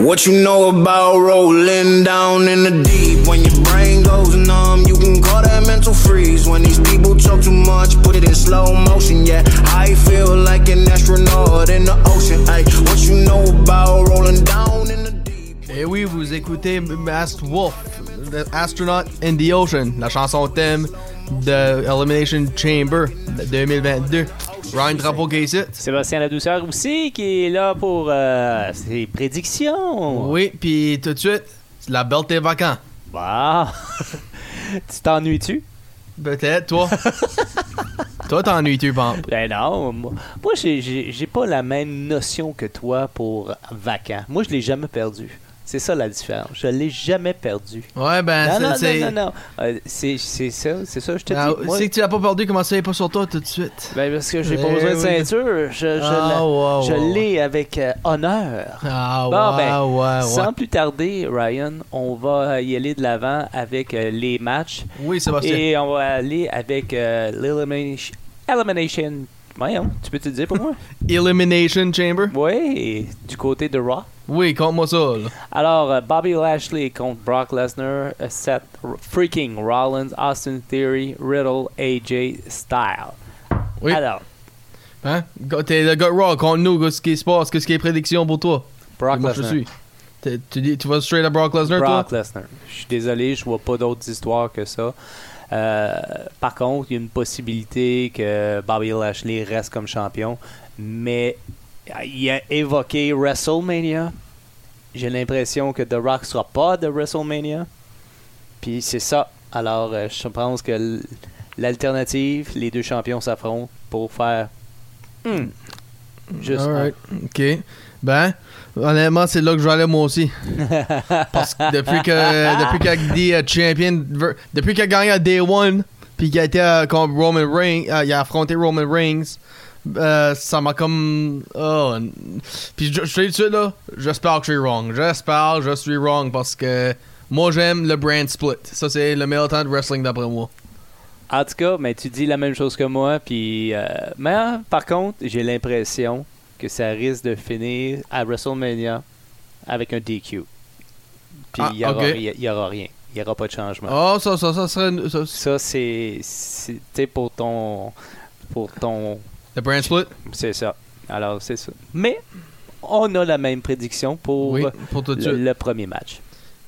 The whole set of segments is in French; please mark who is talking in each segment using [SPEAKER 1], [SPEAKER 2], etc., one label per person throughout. [SPEAKER 1] What you know about rolling down in the deep? When your brain goes numb, you can call that mental freeze. When these people talk too much, put it in slow motion. Yeah, I feel like an astronaut in the ocean. Ay, what you know about rolling down in the deep?
[SPEAKER 2] Et Eh oui, vous écoutez Masked Wolf, The Astronaut in the Ocean, la chanson thème de Elimination Chamber de 2022. Ryan Drapeau qui est ici.
[SPEAKER 3] Sébastien La Douceur aussi, qui est là pour euh, ses prédictions.
[SPEAKER 2] Oui, puis tout de suite, la belt est vacant.
[SPEAKER 3] Wow. Bah. tu t'ennuies-tu?
[SPEAKER 2] Peut-être, toi. toi, t'ennuies-tu, Pamp?
[SPEAKER 3] Ben non, moi, moi, j'ai- j'ai j'ai pas la même notion que toi pour vacant. Moi, je l'ai jamais perdu. C'est ça la différence. Je l'ai jamais perdu.
[SPEAKER 2] Ouais, ben,
[SPEAKER 3] Non, non,
[SPEAKER 2] c'est- c'est.
[SPEAKER 3] non, non, non. Euh, c'est c'est ça, c'est ça, je te
[SPEAKER 2] Ah,
[SPEAKER 3] dis. Moi,
[SPEAKER 2] Si que tu l'as pas perdu, comment ça il est pas sur toi tout de suite?
[SPEAKER 3] ben parce que j'ai pas
[SPEAKER 2] Eh
[SPEAKER 3] besoin de
[SPEAKER 2] oui.
[SPEAKER 3] ceinture. Je, je
[SPEAKER 2] Ah,
[SPEAKER 3] la-
[SPEAKER 2] ouais,
[SPEAKER 3] je
[SPEAKER 2] ouais,
[SPEAKER 3] l'ai avec euh, honneur.
[SPEAKER 2] Ah,
[SPEAKER 3] Bon,
[SPEAKER 2] ouais,
[SPEAKER 3] ben,
[SPEAKER 2] ouais, ouais.
[SPEAKER 3] Sans plus tarder, Ryan, on va euh, y aller de l'avant avec euh, les matchs.
[SPEAKER 2] Oui, Sébastien.
[SPEAKER 3] Et on va aller avec euh, l'Elimination. Elimination. Voyons, tu peux te le dire pour moi?
[SPEAKER 2] Elimination Chamber?
[SPEAKER 3] oui, du côté de Raw.
[SPEAKER 2] Oui, compte-moi ça, là.
[SPEAKER 3] Alors, euh, Bobby Lashley contre Brock Lesnar, euh, Seth R- Freaking Rollins, Austin Theory, Riddle, AJ Style.
[SPEAKER 2] Oui.
[SPEAKER 3] Alors,
[SPEAKER 2] Hein? Go- T'es le gars raw, conte-nous qu'est-ce qui se passe, qu'est-ce qui est prédiction pour toi.
[SPEAKER 3] Brock
[SPEAKER 2] Moi, je te
[SPEAKER 3] Lesnar.
[SPEAKER 2] suis. T'es- Tu, dis, tu vas straight à Brock Lesnar, toi?
[SPEAKER 3] Brock Lesnar. Je suis désolé, je vois pas d'autres histoires que ça. Euh, par contre, il y a une possibilité que Bobby Lashley reste comme champion, mais euh, il a évoqué WrestleMania. J'ai l'impression que The Rock sera pas de WrestleMania. Puis c'est ça. Alors, euh, je pense que l- l'alternative, les deux champions s'affrontent pour faire. Hmm. Juste. un.
[SPEAKER 2] Alright, ok. Ben, honnêtement, c'est là que je vais aller moi aussi. Parce que depuis que depuis qu'elle dit euh, champion, ver- depuis qu'elle a gagné à Day One, puis qu'elle était euh, contre Roman Reigns, euh, il a affronté Roman Reigns, euh, ça m'a comme. Oh. n- Puis je, je suis dessus là, j'espère que je suis wrong. J'espère que je suis wrong parce que moi j'aime le brand split. Ça, c'est le meilleur temps de wrestling d'après moi.
[SPEAKER 3] En tout cas, mais tu dis la même chose que moi, puis euh, mais hein, par contre, j'ai l'impression que ça risque de finir à WrestleMania avec un DQ. Puis
[SPEAKER 2] Ah,
[SPEAKER 3] il n'y aura,
[SPEAKER 2] ok.
[SPEAKER 3] ri- il y aura rien, il n'y aura pas de changement.
[SPEAKER 2] Oh, ça, ça, ça serait. ça-
[SPEAKER 3] Ça c'est c'est- t'sais, pour ton pour ton
[SPEAKER 2] le brand split?
[SPEAKER 3] c'est ça. Alors c'est ça. Mais on a la même prédiction pour
[SPEAKER 2] Oui,
[SPEAKER 3] euh,
[SPEAKER 2] pour tout de
[SPEAKER 3] le,
[SPEAKER 2] suite.
[SPEAKER 3] le premier match.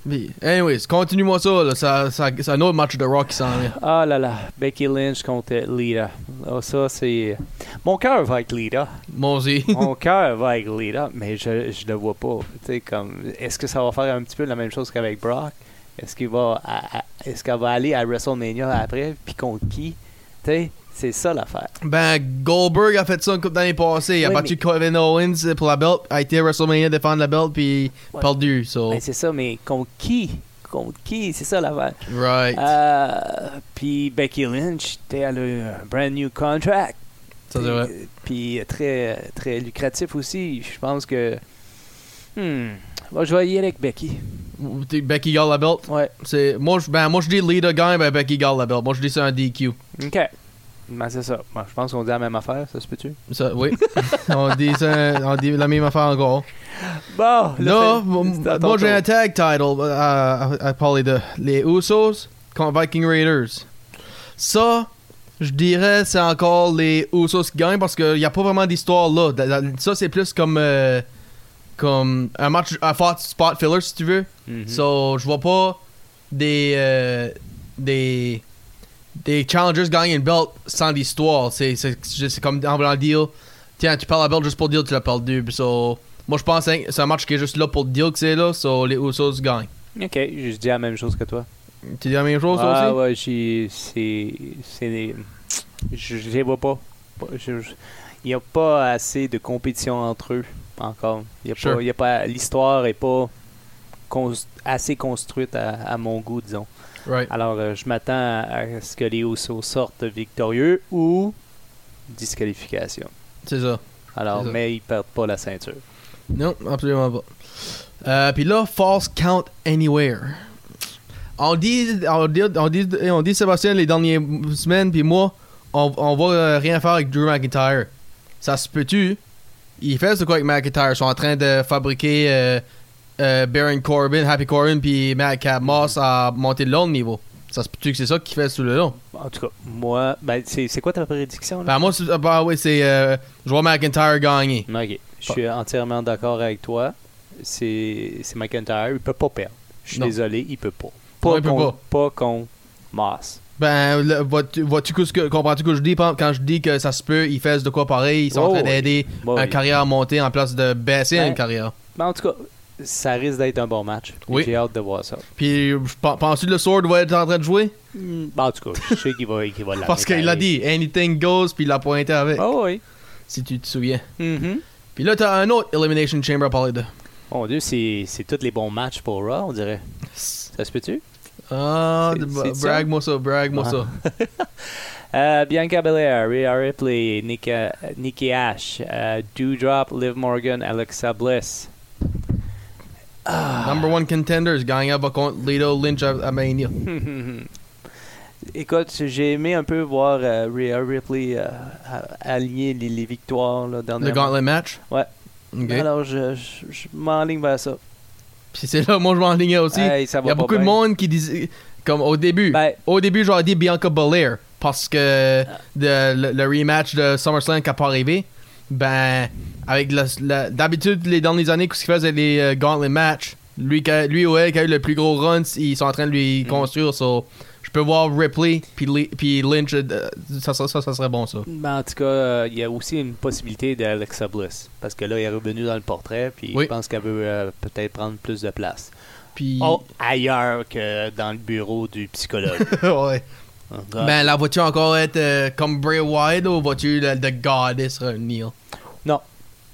[SPEAKER 2] Mais, anyways, continue-moi ça, là. Ça, ça, c'est un autre match de Rock qui s'en vient.
[SPEAKER 3] Ah là là, Becky Lynch contre Lita. Ah, ça c'est mon cœur va avec Lita.
[SPEAKER 2] Mon Z.
[SPEAKER 3] mon cœur va avec Lita, mais je, je le vois pas. Tu sais, comme, est-ce que ça va faire un petit peu la même chose qu'avec Brock? Est-ce qu'il va, à- à- est-ce qu'elle va aller à WrestleMania après, puis contre qui? Tu sais, c'est ça l'affaire.
[SPEAKER 2] Ben, Goldberg a fait ça une couple d'années passées. Il a
[SPEAKER 3] Oui,
[SPEAKER 2] battu Kevin Owens pour la belt. A été à WrestleMania défendre la belt, puis
[SPEAKER 3] Ouais.
[SPEAKER 2] perdu. So,
[SPEAKER 3] Ben, c'est ça, mais contre qui? Contre qui? C'est ça l'affaire.
[SPEAKER 2] right.
[SPEAKER 3] Euh, puis Becky Lynch, t'es à le brand new contract.
[SPEAKER 2] ça, c'est vrai.
[SPEAKER 3] Puis- Puis très, très lucratif aussi. Je pense que. Hmm. Bon, je vais y aller avec Becky.
[SPEAKER 2] T'es- Becky gagne la belt.
[SPEAKER 3] Ouais.
[SPEAKER 2] C'est, moi, je- ben, moi, je dis Lita gagne, ben, Becky gagne la belt. Moi, je dis c'est un DQ.
[SPEAKER 3] OK. Ben, c'est ça. Bon, je pense qu'on dit la même affaire, ça se peut-tu?
[SPEAKER 2] Ça, oui. on, dit ça, on dit la même affaire encore.
[SPEAKER 3] Bon,
[SPEAKER 2] Là, m- moi, j'ai un tag title euh, à, à parler de les Usos contre Viking Raiders. Ça, je dirais, c'est encore les Usos qui gagnent parce qu'il n'y a pas vraiment d'histoire là. Da- da- Ça, c'est plus comme, euh, comme un match à fort spot filler, si tu veux.
[SPEAKER 3] Mhm.
[SPEAKER 2] So, je vois pas des, euh, des, des challengers gagner une belt sans l'histoire. C'est c'est- c'est comme en voulant dire, tiens, tu parles la belt juste pour dire que tu l'as perdu. So, moi, je pense que c'est un match qui est juste là pour dire que c'est là. So, les Usos gagnent.
[SPEAKER 3] OK, je dis la même chose que toi.
[SPEAKER 2] Tu dis la même chose, toi
[SPEAKER 3] ah,
[SPEAKER 2] aussi?
[SPEAKER 3] ouais, j'ai... C'est... c'est des- Je je les vois pas. Pas- je- je- Il n'y a pas assez de compétition entre eux, encore. Il y a
[SPEAKER 2] Sure.
[SPEAKER 3] pas... il Y a pas... L'histoire est pas cons- assez construite à, à mon goût, disons.
[SPEAKER 2] Right.
[SPEAKER 3] Alors, euh, je m'attends à, à ce que les Usos sortent victorieux ou disqualification.
[SPEAKER 2] C'est ça.
[SPEAKER 3] Alors,
[SPEAKER 2] C'est ça.
[SPEAKER 3] mais ils perdent pas la ceinture.
[SPEAKER 2] Non, absolument pas. Euh, Puis là, false count anywhere. On dit, on dit, on dit, on dit, Sébastien les dernières semaines, puis moi, on, on va euh, rien faire avec Drew McIntyre. Ça se peut-tu? Il fait ce quoi avec McIntyre? Ils sont en train de fabriquer euh, euh, Baron Corbin, Happy Corbin puis Matt Cap Moss à monter de l'autre niveau. Ça se peut-tu que c'est ça qui fait sur le long?
[SPEAKER 3] En tout cas, moi, ben, c'est c'est quoi ta prédiction? Là?
[SPEAKER 2] Ben, moi, c'est- ah, bah oui, c'est. euh, je vois McIntyre gagner.
[SPEAKER 3] Ok, je suis entièrement d'accord avec toi. C'est c'est McIntyre, il peut pas perdre. Je suis
[SPEAKER 2] Non.
[SPEAKER 3] désolé, il peut pas. Pas,
[SPEAKER 2] Non, il peut
[SPEAKER 3] contre, pas. contre Moss.
[SPEAKER 2] Ben, le- vois-tu vois-tu que ce que- comprends-tu que je dis quand quand je dis que ça se peut, ils fassent de quoi pareil, ils sont en
[SPEAKER 3] Oh,
[SPEAKER 2] train
[SPEAKER 3] oui.
[SPEAKER 2] d'aider
[SPEAKER 3] Bah oui.
[SPEAKER 2] une carrière à monter en place de baisser
[SPEAKER 3] Ben,
[SPEAKER 2] une carrière.
[SPEAKER 3] Mais en tout cas, ça risque d'être un bon match.
[SPEAKER 2] Oui.
[SPEAKER 3] J'ai hâte de voir ça.
[SPEAKER 2] Puis, je pen- penses-tu que le Sword va être en train de jouer?
[SPEAKER 3] Ben, en tout cas, je sais qu'il va, qu'il va la
[SPEAKER 2] Parce
[SPEAKER 3] mettre
[SPEAKER 2] qu'il a
[SPEAKER 3] aller.
[SPEAKER 2] dit anything goes, puis il l'a pointé avec,
[SPEAKER 3] Ah oui.
[SPEAKER 2] si tu te souviens.
[SPEAKER 3] Mhm.
[SPEAKER 2] Puis là, t'as un autre Elimination Chamber à parler de.
[SPEAKER 3] Mon Dieu, c'est c'est tous les bons matchs pour Raw, on dirait. Ça se peut-tu?
[SPEAKER 2] Ah,
[SPEAKER 3] C'est-
[SPEAKER 2] de-
[SPEAKER 3] c'est ça?
[SPEAKER 2] brague-moi ça, brague-moi
[SPEAKER 3] Ah.
[SPEAKER 2] ça.
[SPEAKER 3] Euh, Bianca Belair, Rhea Ripley, Nika- Nikki Ash, euh, Dewdrop, Liv Morgan, Alexa Bliss.
[SPEAKER 2] Ah. Number one contenders, gagnant va contre Lido Lynch à, à Mania.
[SPEAKER 3] Écoute, j'ai aimé un peu voir euh, Rhea Ripley euh, a- aligner les, les victoires là,
[SPEAKER 2] Le
[SPEAKER 3] dernièrement.
[SPEAKER 2] gauntlet match.
[SPEAKER 3] Ouais.
[SPEAKER 2] Ok.
[SPEAKER 3] Alors, je, je, je m'enligne vers ça.
[SPEAKER 2] Puis c'est là, moi je m'enlignais aussi.
[SPEAKER 3] Hey, ça va
[SPEAKER 2] Il y a
[SPEAKER 3] pas
[SPEAKER 2] beaucoup de
[SPEAKER 3] bien.
[SPEAKER 2] monde qui disait, comme au début,
[SPEAKER 3] Ben-
[SPEAKER 2] au début j'aurais dit Bianca Belair parce que de- le, le rematch de SummerSlam qui a pas arrivé, ben avec la- la- d'habitude les dernières années ce qu'ils faisaient les euh, gauntlet match, lui, qui a- lui ou elle qui a eu le plus gros run, ils sont en train de lui
[SPEAKER 3] Mm-hmm.
[SPEAKER 2] construire. So, je peux voir Ripley puis Li- puis Lynch, euh, ça, ça, ça- ça serait bon ça.
[SPEAKER 3] Ben, en tout cas, euh, il y a aussi une possibilité d'Alexa Bliss. Parce que là, elle est revenue dans le portrait, puis
[SPEAKER 2] Oui.
[SPEAKER 3] je pense qu'elle veut euh, peut-être prendre plus de place.
[SPEAKER 2] Puis
[SPEAKER 3] Oh, ailleurs que dans le bureau du psychologue.
[SPEAKER 2] ouais.
[SPEAKER 3] Ah,
[SPEAKER 2] Ben là vas-tu encore être euh, comme Bray Wyatt ou vas-tu le the Goddess euh, revenir?
[SPEAKER 3] Non.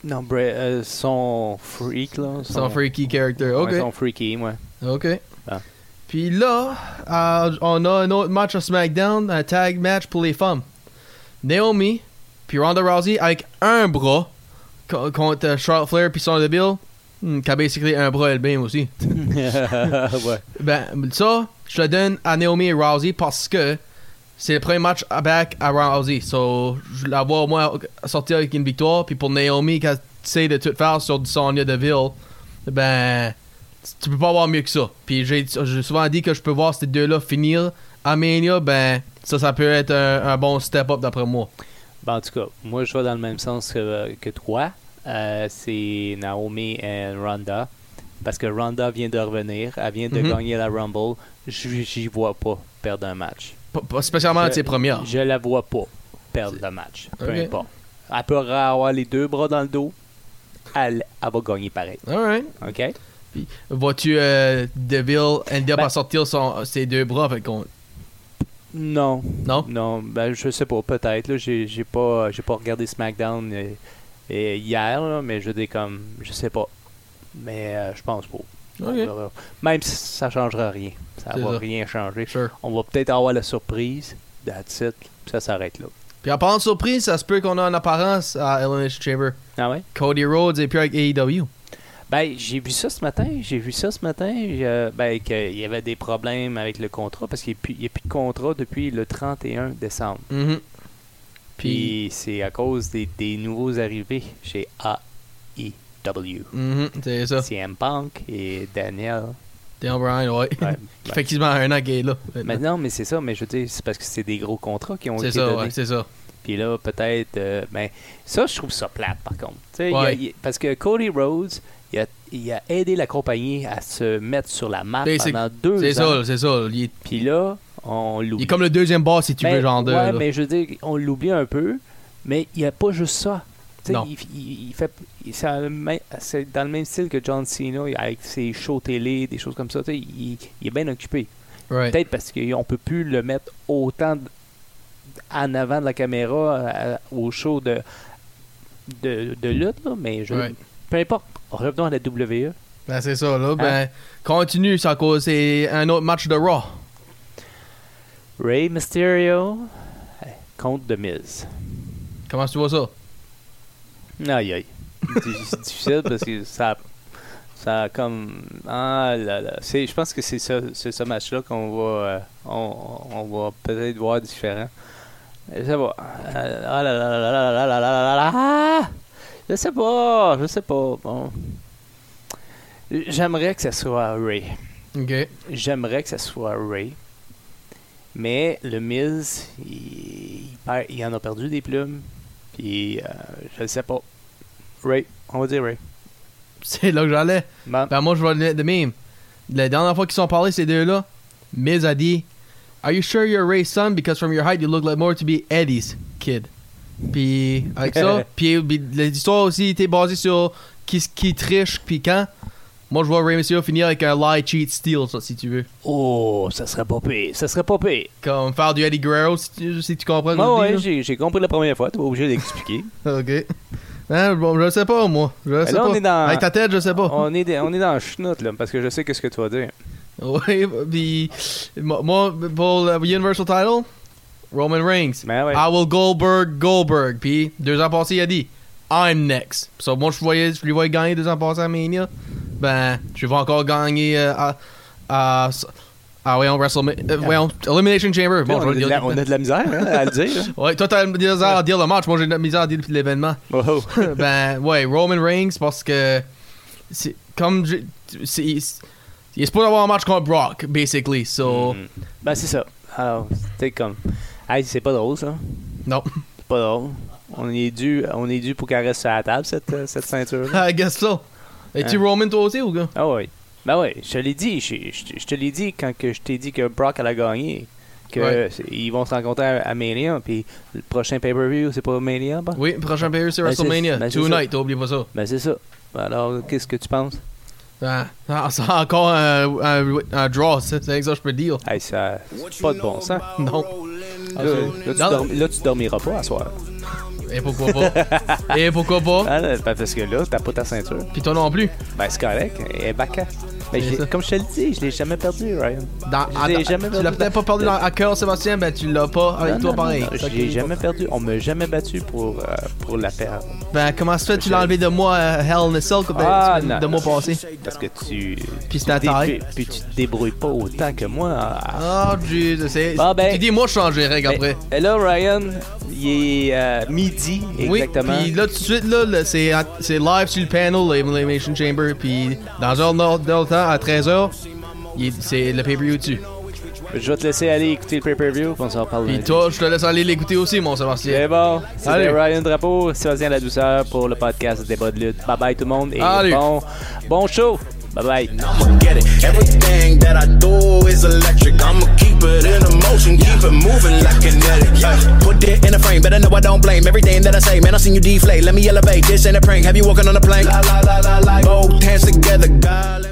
[SPEAKER 3] Non, Bra- euh, son freak, là.
[SPEAKER 2] Son freaky character. Ok.
[SPEAKER 3] Ouais, son freaky, moi.
[SPEAKER 2] Ok.
[SPEAKER 3] Ah.
[SPEAKER 2] Puis là, euh, on a un autre match à SmackDown, un tag match pour les femmes. Naomi, puis Ronda Rousey avec un bras co- contre euh, Charlotte Flair puis Sonya Deville, hmm, qui a basically un bras elle-même aussi.
[SPEAKER 3] ouais.
[SPEAKER 2] Ben, ça, je le donne à Naomi et Rousey parce que c'est le premier match à back à Rousey. So, je la vois au moins sortir avec une victoire. Puis pour Naomi, qui essaie de tout faire sur du Sonya Deville, ben, tu peux pas avoir mieux que ça. Puis j'ai j'ai souvent dit que je peux voir ces deux-là finir à Mania, ben, ça, ça peut être un, un bon step-up d'après moi.
[SPEAKER 3] Ben, en tout cas, moi, je vais dans le même sens que, que toi. Euh, c'est Naomi et Ronda. Parce que Ronda vient de revenir. Elle vient de
[SPEAKER 2] Mhm.
[SPEAKER 3] gagner la Rumble. J- J'y vois pas perdre un match.
[SPEAKER 2] P- p- spécialement de
[SPEAKER 3] Je-
[SPEAKER 2] ses premières.
[SPEAKER 3] Je la vois pas perdre le match. Peu
[SPEAKER 2] Ok.
[SPEAKER 3] importe. Elle peut avoir les deux bras dans le dos. Elle, elle va gagner pareil.
[SPEAKER 2] Alright.
[SPEAKER 3] OK?
[SPEAKER 2] Puis, vois-tu euh, Deville end up
[SPEAKER 3] Ben-
[SPEAKER 2] à sortir son, ses deux bras, fait qu'on-
[SPEAKER 3] Non.
[SPEAKER 2] Non?
[SPEAKER 3] Non, ben je sais pas, peut-être. Là, j'ai, j'ai pas, j'ai pas regardé SmackDown euh, euh, hier, là, mais je dis comme, je sais pas. Mais euh, je pense pas. On
[SPEAKER 2] Ok.
[SPEAKER 3] verra. Même si ça changera rien, ça
[SPEAKER 2] Ah, C'est
[SPEAKER 3] va
[SPEAKER 2] ça.
[SPEAKER 3] rien changer.
[SPEAKER 2] Sure.
[SPEAKER 3] On va peut-être avoir la surprise. That's it. puis Ça s'arrête là.
[SPEAKER 2] Puis en parlant de surprise, ça se peut qu'on a en apparence à Elimination Chamber
[SPEAKER 3] Ah ouais?
[SPEAKER 2] Cody Rhodes et puis avec E AEW.
[SPEAKER 3] Ben j'ai vu ça ce matin. J'ai vu ça ce matin. je- ben qu'il y avait des problèmes avec le contrat parce qu'il n'y a, plus de contrat depuis le 31 décembre.
[SPEAKER 2] Puis,
[SPEAKER 3] Mm-hmm. Puis c'est à cause des, des nouveaux arrivés chez AEW.
[SPEAKER 2] mhm, c'est ça.
[SPEAKER 3] CM Punk et Daniel.
[SPEAKER 2] Daniel Bryan, ouais.
[SPEAKER 3] Ouais,
[SPEAKER 2] Qui fait quasiment un an qu'il est là.
[SPEAKER 3] Mais non, mais c'est ça, mais je veux dire, c'est parce que c'est des gros contrats qui ont
[SPEAKER 2] C'est
[SPEAKER 3] été
[SPEAKER 2] ça, ouais,
[SPEAKER 3] donnés.
[SPEAKER 2] c'est ça.
[SPEAKER 3] Puis là, peut-être. euh, ben, ça, je trouve ça plate, par contre. Tu sais, il y a-
[SPEAKER 2] Ouais.
[SPEAKER 3] il- parce que Cody Rhodes, il a, il a aidé la compagnie à se mettre sur la map
[SPEAKER 2] Ben,
[SPEAKER 3] pendant deux
[SPEAKER 2] C'est
[SPEAKER 3] ans.
[SPEAKER 2] ça, c'est ça. Il est,
[SPEAKER 3] Puis là, on
[SPEAKER 2] il
[SPEAKER 3] l'oublie.
[SPEAKER 2] est comme le deuxième boss, si tu
[SPEAKER 3] Ben,
[SPEAKER 2] veux, genre de.
[SPEAKER 3] ouais,
[SPEAKER 2] là.
[SPEAKER 3] mais je veux dire, on l'oublie un peu, mais il n'y a pas juste ça. Tu sais,
[SPEAKER 2] Non.
[SPEAKER 3] Il, il- il fait, il- c'est, un me- c'est dans le même style que John Cena avec ses shows télé, des choses comme ça. tu sais, Il, il est bien occupé.
[SPEAKER 2] Right.
[SPEAKER 3] Peut-être parce qu'on ne peut plus le mettre autant d- en avant de la caméra euh, à- au show de, de, de lutte, là, mais je,
[SPEAKER 2] Right.
[SPEAKER 3] peu importe. Revenons à la E. WWE.
[SPEAKER 2] Ben, c'est ça, là.
[SPEAKER 3] Hein?
[SPEAKER 2] Ben, continue, ça cause. C'est un autre match de Raw.
[SPEAKER 3] Ray Mysterio euh, contre The Miz.
[SPEAKER 2] Comment tu vois ça?
[SPEAKER 3] Aïe aïe. C'est- C'est difficile parce que ça ça a comme ah là là. C'est je pense que c'est ça c'est ce match là qu'on va euh, on, on va peut-être voir différent. Je sais pas. Euh, Ah là là là là là là là là là là. Ah! Je sais pas, je sais pas. Bon. J'aimerais que ce soit Ray.
[SPEAKER 2] Ok.
[SPEAKER 3] J'aimerais que ce soit Ray. Mais le Miz, il, il perd- il en a perdu des plumes. Puis, euh, je ne sais pas. Ray, on va dire Ray.
[SPEAKER 2] C'est là que j'allais.
[SPEAKER 3] Bon.
[SPEAKER 2] Ben, moi, je vais le mettre de même. La dernière fois qu'ils sont parlés, ces deux-là, Miz a dit Are you sure you're Ray's son? Because from your height, you look like more to be Eddie's kid. Puis, avec ça, puis puis l'histoire aussi était basée sur qui, qui triche, puis quand. Moi, je vois Ray Mysterio finir avec un lie, cheat, steal, ça, si tu veux.
[SPEAKER 3] Oh, ça serait pas pire. Ça serait pas pire.
[SPEAKER 2] Comme faire du Eddie Guerrero, si tu, si tu comprends. ce que
[SPEAKER 3] Moi,
[SPEAKER 2] je
[SPEAKER 3] ouais,
[SPEAKER 2] dis,
[SPEAKER 3] j'ai j'ai compris la première fois. Tu pas obligé d'expliquer.
[SPEAKER 2] là. Ok. Hein, bon, je sais pas, moi. Je sais
[SPEAKER 3] Ben là,
[SPEAKER 2] pas.
[SPEAKER 3] on est dans-
[SPEAKER 2] Avec ta tête, je sais pas.
[SPEAKER 3] on, est, on est dans le schnout, là, parce que je sais que ce que tu vas dire.
[SPEAKER 2] Oui, puis moi- moi, pour le uh, Universal Title, Roman Reigns.
[SPEAKER 3] Mais ouais.
[SPEAKER 2] I will Goldberg, Goldberg. Puis deux ans passés, il a dit I'm next. So moi, je, voyais, je lui voyais gagner deux ans passés à Mania. Ben, je vais encore gagner euh, à. à ah, voyons, WrestleMania. euh, voyons, Elimination Chamber. Bon, je vais
[SPEAKER 3] on, a
[SPEAKER 2] le
[SPEAKER 3] de la,
[SPEAKER 2] dire.
[SPEAKER 3] on a de la misère hein, à le dire. hein.
[SPEAKER 2] Ouais, toi, t'as le misère à dire le match. Moi, j'ai de la misère à dire l'événement.
[SPEAKER 3] Wow.
[SPEAKER 2] ben ouais, Roman Reigns parce que c'est comme je- c'est il est supposé avoir un match contre Brock basically. So
[SPEAKER 3] Mm. Ben, c'est ça. Alors, c'était comme. Hey, c'est pas drôle, ça.
[SPEAKER 2] non,
[SPEAKER 3] C'est pas drôle. On est dû, on est dû pour qu'elle reste sur la table, cette, euh, cette ceinture.
[SPEAKER 2] I guess so. Es-tu
[SPEAKER 3] Hein.
[SPEAKER 2] Roman toi aussi ou quoi?
[SPEAKER 3] Ah oui. Ben oui, je te l'ai dit. Je, je- je te l'ai dit quand que je t'ai dit que Brock allait gagner. Que
[SPEAKER 2] Ouais.
[SPEAKER 3] c'est- ils vont se rencontrer à, à Mania. Puis le prochain pay-per-view, c'est pas Mania, bah?
[SPEAKER 2] Oui, prochain pay c'est
[SPEAKER 3] Ben, c'est-
[SPEAKER 2] WrestleMania.
[SPEAKER 3] ben, c'est
[SPEAKER 2] Tonight, t'as oublié pas ça.
[SPEAKER 3] Ben c'est ça. Ben Alors, qu'est-ce que tu penses?
[SPEAKER 2] Ah, ah, c'est encore un, un, un draw, ça, c'est avec ça que je peux dire.
[SPEAKER 3] Hey, ça. Euh, c'est Pas de bon sens.
[SPEAKER 2] Non.
[SPEAKER 3] Là, là, tu,
[SPEAKER 2] Non.
[SPEAKER 3] dorm- là, tu dormiras pas à soir.
[SPEAKER 2] Et pourquoi pas? Et pourquoi pas?
[SPEAKER 3] Ah, là, ben, parce que là, t'as pas ta ceinture.
[SPEAKER 2] Puis toi non plus.
[SPEAKER 3] Ben c'est correct. Elle est vacante.
[SPEAKER 2] C'est
[SPEAKER 3] Ben, je l'ai-
[SPEAKER 2] ça.
[SPEAKER 3] comme je te le dis, je l'ai jamais perdu, Ryan.
[SPEAKER 2] Dans,
[SPEAKER 3] Je l'ai
[SPEAKER 2] attends,
[SPEAKER 3] jamais
[SPEAKER 2] tu l'as
[SPEAKER 3] perdu.
[SPEAKER 2] peut-être pas perdu dans- à cœur, Sébastien, ben tu l'as pas avec
[SPEAKER 3] Non,
[SPEAKER 2] toi
[SPEAKER 3] non,
[SPEAKER 2] pareil.
[SPEAKER 3] non, non,
[SPEAKER 2] Ça
[SPEAKER 3] je
[SPEAKER 2] qui
[SPEAKER 3] l'ai
[SPEAKER 2] est
[SPEAKER 3] jamais perdu. On m'a jamais battu pour, euh, pour la perdre.
[SPEAKER 2] Ben, comment se fait tu l'as enlevé de moi euh, Hell in a Cell comme
[SPEAKER 3] Ah,
[SPEAKER 2] de,
[SPEAKER 3] non.
[SPEAKER 2] de moi passé?
[SPEAKER 3] Parce que tu.
[SPEAKER 2] Puis
[SPEAKER 3] tu
[SPEAKER 2] c'est à
[SPEAKER 3] dé-
[SPEAKER 2] taille.
[SPEAKER 3] puis- Puis tu te débrouilles pas autant que moi. Ah,
[SPEAKER 2] Oh, Dieu, c'est...
[SPEAKER 3] Bon, ben-
[SPEAKER 2] Tu dis, moi, je changerai
[SPEAKER 3] ben,
[SPEAKER 2] après.
[SPEAKER 3] Et là, Ryan, il est euh, midi exactement.
[SPEAKER 2] Oui, puis là, tout de suite, là, là, c'est, c'est live sur le panel, l'Elimination Chamber, puis dans un heure de temps, à 13h, c'est le pay-per-view dessus.
[SPEAKER 3] Je vais te laisser aller écouter le pay-per-view, puis on s'en parle.
[SPEAKER 2] Puis
[SPEAKER 3] lundi.
[SPEAKER 2] toi, je te laisse aller l'écouter aussi, mon Sébastien.
[SPEAKER 3] C'est bon.
[SPEAKER 2] Allez.
[SPEAKER 3] C'était Ryan Drapeau, Sébastien La Douceur pour le podcast Débat de lutte. Bye bye tout le monde et
[SPEAKER 2] Allez.
[SPEAKER 3] bon, bon show. Bye bye.
[SPEAKER 1] I'ma get it. Everything that I do is electric. I'ma keep it in a motion, keep it moving like kinetic. Yeah. Put it in a frame, better know I don't blame everything that I say. Man, I seen you deflate. Let me elevate. This ain't a prank. Have you walking on a plank? La la la la la. Both hands together, God. let me-